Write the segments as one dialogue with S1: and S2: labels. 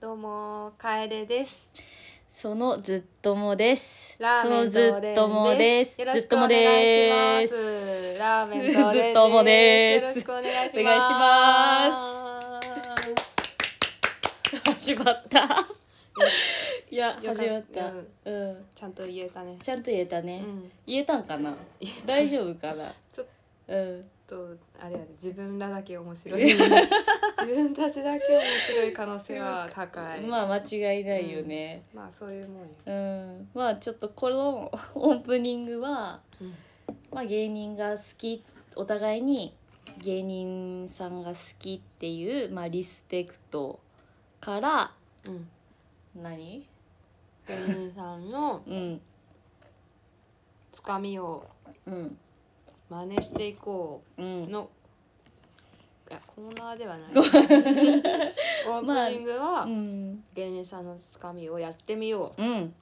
S1: どうも楓です。
S2: そのずっともです。
S1: ラーメン
S2: そのずっともです。
S1: よろし
S2: ずっ
S1: く
S2: と
S1: お
S2: も
S1: 願
S2: で
S1: いしますす。ラーメン堂
S2: ず
S1: です。
S2: っともです。
S1: よろしくお願いし
S2: お願いし
S1: ます。
S2: 始まった。いや、
S1: よか
S2: 始まった。
S1: うん
S2: うん。
S1: ちゃんと言えたね。
S2: ちゃんと言えたね。
S1: うん
S2: 言えたんかな
S1: 言え。
S2: 大丈夫かな。
S1: ちょっ
S2: うん。
S1: とあれやで自分らだけ面白い。自 分たちだけ面白い可能性は高い。まあ、
S2: まあ間違いないよね。
S1: そういうもんよ。
S2: うん。まあちょっとこの オープニングは、
S1: うん
S2: まあ芸人が好き、お互いに芸人さんが好きっていうまあリスペクトから
S1: うん。
S2: 何？
S1: 芸人さんの
S2: うん。
S1: つかみを
S2: うん。
S1: 真似していこう。
S2: うん。
S1: のいやコーナーではないオープニング
S2: う
S1: は
S2: ん。
S1: 芸人さんのつかみをやってみよ
S2: うん。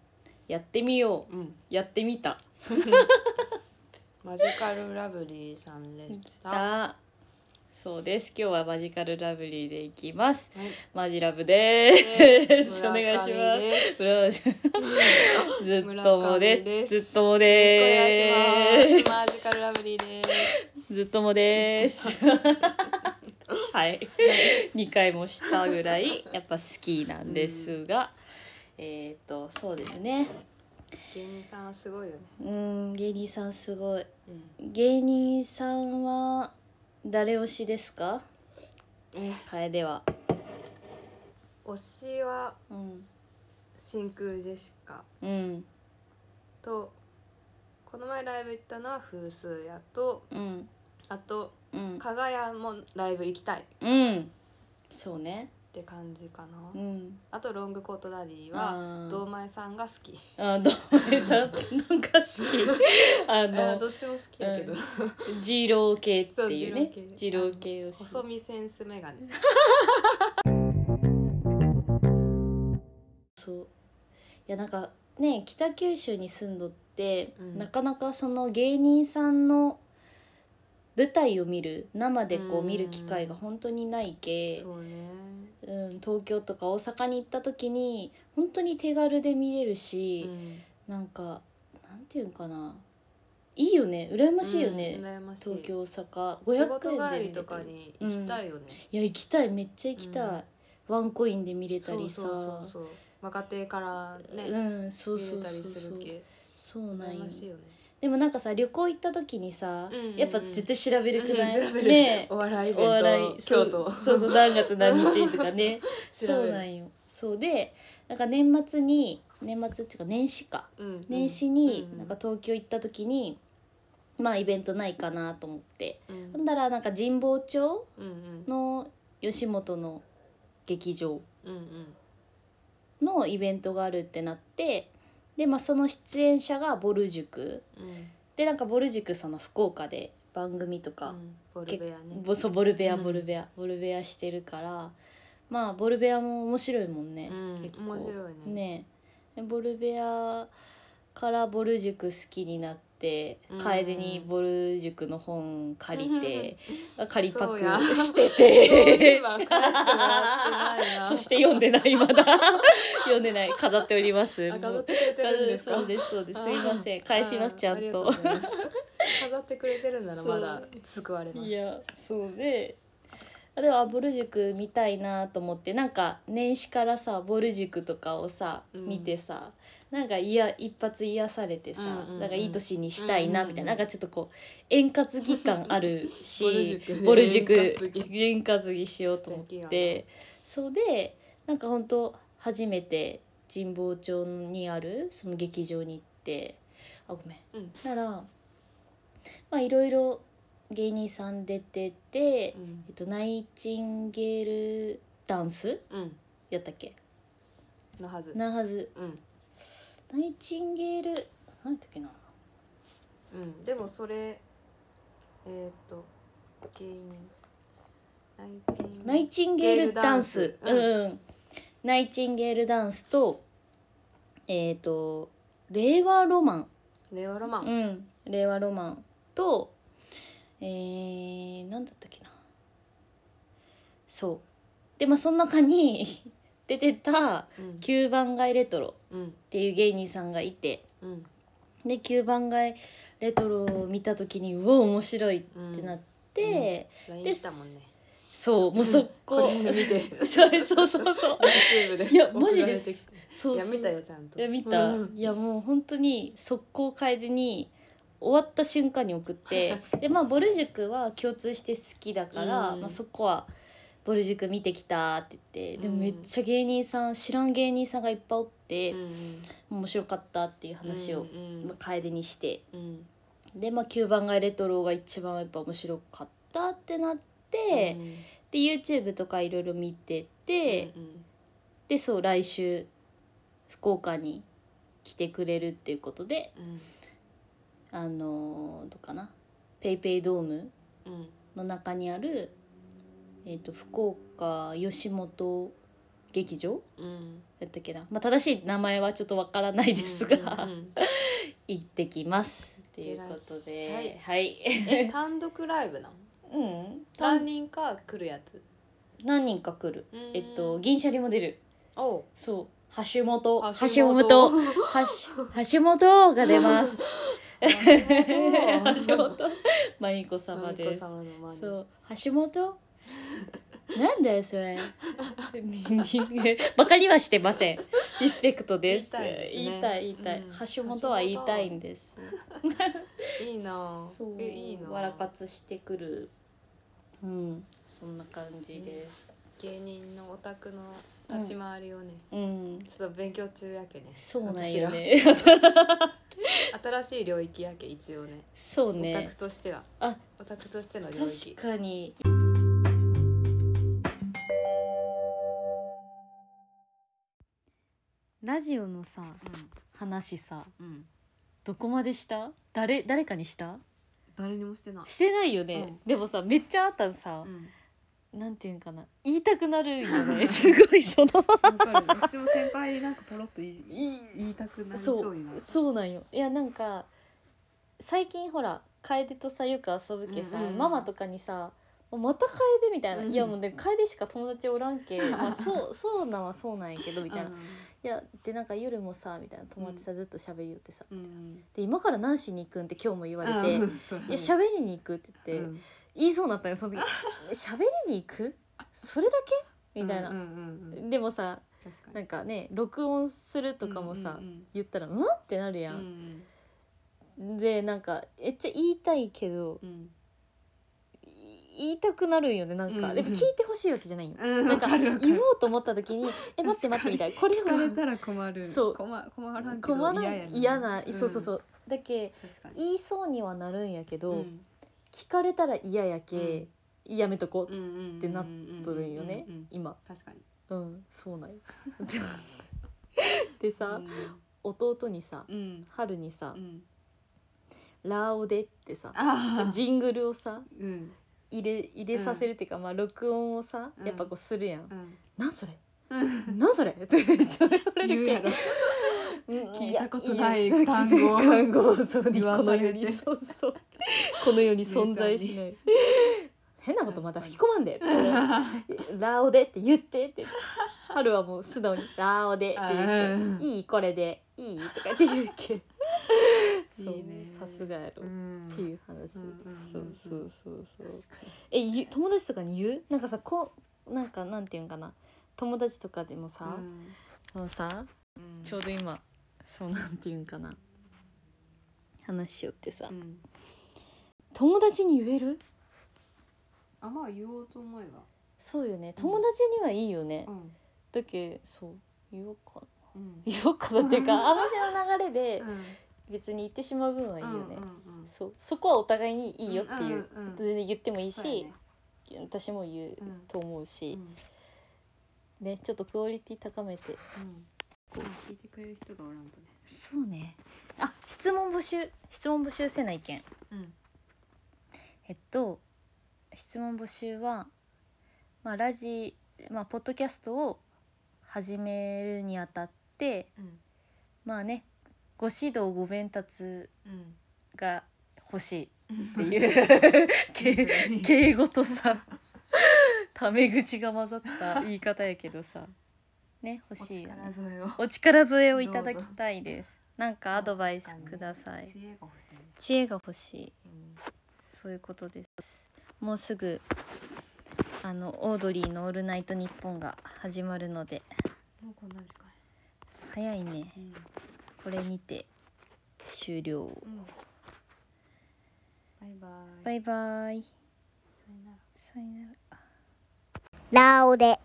S2: やってみよ
S1: う、うん、
S2: う。やってみた。
S1: マジカルラブリーさんでした、は
S2: だ。そうです。今日はマジカルラブリーでいきます。
S1: い、
S2: マジラブです。お願いし
S1: 村上
S2: ま
S1: です
S2: す。村上 ずっとも
S1: 村上で
S2: ですす。ずっとも
S1: よ
S2: で
S1: ろ
S2: す。
S1: しくお願いしますマジカルラブリーです
S2: ずっともです。はい。二回もしたぐらいやっぱ好きなんですが、えっ、とそうですね。
S1: 芸人さんはすごいよね、
S2: うん芸人さんすごい。
S1: うん、
S2: 芸人さんは誰推しですか
S1: え
S2: 楓は、
S1: 推しは
S2: うん、
S1: 真空ジェシカ
S2: うん
S1: とこの前ライブ行ったのは風数やと
S2: うん
S1: あと
S2: うん
S1: 加賀屋もライブ行きたいっ
S2: うんそうね
S1: て感じかな、
S2: うん
S1: あとロングコートダディ
S2: あ
S1: は
S2: ー
S1: 堂前さんが好き。
S2: あどうさん なんか好きあ
S1: あー
S2: の
S1: どっちも好きやけど。
S2: う二郎系っ て
S1: そう
S2: いうね
S1: 二
S2: 二
S1: 郎
S2: 郎
S1: 系
S2: 系をし
S1: 細身センスメガネ。
S2: そういやなんかね北九州に住んどって、
S1: うん
S2: なかなかその芸人さんの舞台を見る生でこ
S1: う
S2: うん見る機会が本当にないけ、
S1: そうね。
S2: うん、東京とか大阪に行った時に本当に手軽で見れる
S1: う
S2: し、
S1: ん
S2: なんかなんていうんかないいよね羨ましいよね、
S1: うん羨ましい。
S2: 東京大阪
S1: 仕
S2: 500円
S1: 事
S2: で
S1: 帰
S2: 見れ
S1: り
S2: る
S1: とかに行きたいよね。
S2: いや行きたいめっちゃ行きたい、ワンコインで見れた
S1: そう
S2: りさ
S1: そうそうそう。若手からね
S2: うんそう
S1: 入
S2: そ
S1: れ
S2: う
S1: た
S2: そ
S1: り
S2: う
S1: す
S2: そう
S1: るけ。
S2: そうなん
S1: 羨
S2: よ
S1: ましいよね。
S2: でもなんかさ旅行行った時にさ、
S1: うんうんうん
S2: やっぱ絶対調べるくな
S1: う
S2: い、
S1: ん調べる
S2: ね
S1: お笑いイ
S2: お笑
S1: ベン
S2: い
S1: ト
S2: そ
S1: 京
S2: う
S1: 都。
S2: そうそう何月何日とかね
S1: 調べる
S2: そうなんよそうでなんか年末に年末っていうか年始か
S1: うん
S2: 年始に
S1: うん
S2: なんか東京行った時に、まあイベントないかなと思って
S1: うん
S2: ほんだらなんか神保町
S1: うんうん
S2: の吉本の劇場
S1: うんうん
S2: のイベントがあるってなってで、まあ、その出演者がボル塾
S1: うん
S2: でなんかボル塾その福岡で番組とか、
S1: うんボルベアね。
S2: ボそうボルベア
S1: うん
S2: ボルベア、ボルベアしてるからまあボルベアも面白いもんね、
S1: うん
S2: 結構
S1: 面白いね
S2: ねえボルベアからボル塾好きになって
S1: うん
S2: 楓にボル塾の本借りて、 借りパ
S1: そうや
S2: クして
S1: そういえ
S2: て
S1: ば返してもらってないな。
S2: そして読んでないまだ 読んでない飾っております
S1: あ
S2: も
S1: 飾っ
S2: う
S1: てくれてるんですか
S2: そうですそうですすいません
S1: あー
S2: 返しますちゃ
S1: あ
S2: ん
S1: りがうご
S2: と
S1: ざいます飾ってくれてるんならまだ
S2: そう
S1: 救われます
S2: いやそうであでもあボル塾見たいなと思ってなんか年始からさボル塾とかをさ、
S1: うん
S2: 見てさなんかいや一発癒されてさ、
S1: うんうんうん
S2: なんかいい年にしたいなみた
S1: うんうんう
S2: いな、
S1: ん
S2: なんかちょっとこう円滑ぎ感あ
S1: ボ
S2: る
S1: ル塾
S2: し
S1: で
S2: ボル塾
S1: 円滑
S2: 円滑ぎしようと思っ
S1: 素敵や
S2: てそうでなんかほんと初めて神保町にあるその劇場に行ってあごめん
S1: うん
S2: ならまあいろいろ芸人さん出てて、
S1: うん
S2: えっと、ナイチンゲールダンス
S1: うん
S2: やったっけ
S1: のはず
S2: なはず
S1: うん
S2: ナイチンゲール何やったっけな
S1: うんでもそれえーっと芸人ナイチン
S2: ナイチンゲールダンス
S1: ゲールダンス
S2: うん、ナイチンゲールダンスとえっ、と令和ロマン
S1: レオロマン、
S2: うん令和ロマンとえー、何だったっけなそうでまあその中に 出てた
S1: うん
S2: 9番街レトロ
S1: うん
S2: っていう芸人さんがいて
S1: うん
S2: で9番街レトロを見た時にうわ面白いってなって、
S1: LINE したもんね
S2: そうもう速
S1: こ
S2: 攻
S1: れ見て
S2: そうそうそうそう
S1: YouTube で
S2: いやマ
S1: 送
S2: ジ
S1: られ
S2: で
S1: て
S2: す
S1: きて
S2: そう
S1: い
S2: そ
S1: や
S2: う
S1: 見たよちゃんと
S2: いや見た、
S1: うん
S2: いやもう本当に速攻楓に終わった瞬間に送って でまあぼる塾は共通して好きだから、
S1: うん
S2: まあ、そこは「ぼる塾見てきた」って言ってでもめっちゃ芸人さん知らん芸人さんがいっぱいおって
S1: う、ん
S2: 面白かったっていう話
S1: う
S2: を、
S1: ん
S2: まあ、楓にして
S1: うん
S2: でまあ9番街レトロが一番やっぱ面白かったってなって、
S1: うん
S2: で YouTube とかいろいろ見てて。
S1: うん
S2: でそう来週福岡に来てくれるっていうことで
S1: うん
S2: あのーどうかなペイペイドーム
S1: うん
S2: の中にある、えー、と福岡吉本劇場
S1: うん
S2: やったっけな、まあ、正しい名前はちょっとわからないですが、
S1: うんうんうん
S2: 行ってきますっていうこと
S1: いってらっし
S2: ではい、
S1: え単独ライブなの
S2: うん、た
S1: 何人か来るやつ
S2: 何人か来る、えっと銀シャリも出る
S1: お う
S2: そう橋本橋本
S1: 橋
S2: 橋
S1: 本
S2: 本が出ます 橋
S1: 橋
S2: 本まみこ様
S1: 様
S2: で
S1: ですす。の真似
S2: そう橋本 なんだよそれ バカにはしてませんリスペクトです
S1: 言いたいですね
S2: 言いたい言いた
S1: う
S2: い、
S1: ん
S2: 橋本は言いたいんです
S1: いいなあ。
S2: そう
S1: えいいなあ。
S2: わらかつしてくるうんそんな感じです
S1: 芸人のオタクの立ち回りをね、
S2: うん
S1: ちょっと勉強中やけね。
S2: そうなんよね
S1: 私ら。新しい領域やけ一応ね。
S2: そう
S1: オタ
S2: ね
S1: クとしては、
S2: あ
S1: オタクとしての領
S2: 確
S1: 域。
S2: かにラジオのさ話さ
S1: うんうん。
S2: どこまでした誰誰かにした
S1: 誰にもしてない。
S2: してないよね、でもさめっちゃあったさ
S1: う、ん。
S2: なんていうんかな言いたくなるよ ねすごいその
S1: わかる。私も先輩になんかポロッと言い言いたくなり
S2: そ
S1: そう
S2: う
S1: になる。
S2: そうなんよいやなんか最近ほら楓とさよく遊ぶけさ、
S1: うんうん
S2: ママとかにさ「また楓」みたいな「
S1: うん
S2: いやもうね楓しか友達おらんけ、まあ、そうそうなんは そうなんやけど」みたいな「いやでなんか夜もさ」みたいな友達さずっと喋りよってさ「
S1: うん。うん。
S2: で今から何しに行くん?」って今日も言われて「
S1: うん
S2: い
S1: そう
S2: や喋りに行く」って言って、
S1: うん
S2: 言いそうになったよそ の時喋りに行くそれだけみたいな、
S1: うんうんうん。
S2: でもさ
S1: 確かに
S2: なんかね録音するとかもさ、
S1: うん
S2: 言ったら「うん?」ってなる
S1: う
S2: やん、
S1: ん
S2: でなんかめっちゃ言いたいけど
S1: うん。
S2: い言いたくなるんよねなんか、
S1: うん
S2: でも聞いてほしいわけじゃないんよ、
S1: うん。
S2: な
S1: わ
S2: んか
S1: かるわかる
S2: 言。おうと思った時に「え待って待って」みたいなこれ
S1: 聞かれ
S2: を
S1: たら困る。
S2: そう
S1: 困困らんけど
S2: 困らん
S1: 嫌
S2: 嫌
S1: や。
S2: な、そうそうそううだけ
S1: 確かに。
S2: 言いそうにはなるんやけど、
S1: うん
S2: 聞かれたら嫌やけ、やめとこ
S1: うんうんうん
S2: ってなっうとるんよね、
S1: うんうんうん
S2: 今。
S1: 確かに。
S2: うんそ うなんよでさ、
S1: う
S2: 弟にさ
S1: んうん
S2: 春にさ
S1: うん。
S2: 「ラオデ」ってさ
S1: ああ。
S2: ジングルをさ
S1: うん
S2: 入れ入れさせるっていうか、まあ録音をさ
S1: うん
S2: やっぱこうするやん
S1: う
S2: 「
S1: ん。
S2: なんそれ
S1: うん
S2: なんそれ」って言われ
S1: 言
S2: る
S1: う
S2: け
S1: や
S2: ど
S1: ろ。聞いたことない単語
S2: や聞いた単語をそう
S1: 言わ
S2: こ
S1: さ
S2: の
S1: れて
S2: 世にそうそうこの世に存在しない変なことまた吹き込まんでとか言われてラオデって言ってって春はもう素直に「ラオデ」って言
S1: あ
S2: っ
S1: ー
S2: て「いいこれでいい?」とかって言うけそ う
S1: いいね
S2: さすがやろ、
S1: うん
S2: っていう話、
S1: うんうんうんうん
S2: そうそうそうそう
S1: 確かに
S2: えゆ友達とかに言うなんかさこうなんかなんていうんかな友達とかでもさ、
S1: うん
S2: そのさ
S1: うん
S2: ちょうど今そうなんていうんかな話しよってさ、
S1: うん
S2: 友達に言える
S1: あまあ言おうと思えば。
S2: そうよね友達にはいいよね、
S1: うん
S2: だけそう言おうか
S1: うん。
S2: 言おうかなっていうか話の流れで
S1: うん
S2: 別に言ってしまう分はいいよね、
S1: うんうん
S2: そうそこはお互いにいいよっていう、
S1: うんうんうん
S2: 全然言ってもいいし、
S1: そうやね
S2: 私も言う
S1: うん
S2: と思う
S1: うん
S2: し
S1: う、ん
S2: ねちょっとクオリティ高めて
S1: まあ聞いてくれる人がおらんとね。
S2: そうねあ質問募集質問募集せな意見
S1: うん
S2: えっと質問募集は、まあ、ラジ、まあ、ポッドキャストを始めるにあたって
S1: うん
S2: まあねご指導ご鞭達
S1: うん。
S2: が欲しいっていうけ敬語とさタメ口が混ざった言い方やけどさね欲
S1: お
S2: しいよね
S1: 力添えを
S2: お力添えをいただきたいですなんかアドバイスください
S1: 知恵が欲しい、
S2: 知恵が欲しい
S1: うん
S2: そういうことですもうすぐあのオードリーの「オールナイトニッポン」が始まるので
S1: もうこんな時間
S2: 早いね
S1: うん、
S2: これにて終了
S1: うん、バイバイ
S2: バイバイ
S1: さよなら
S2: さよなら
S3: ラオで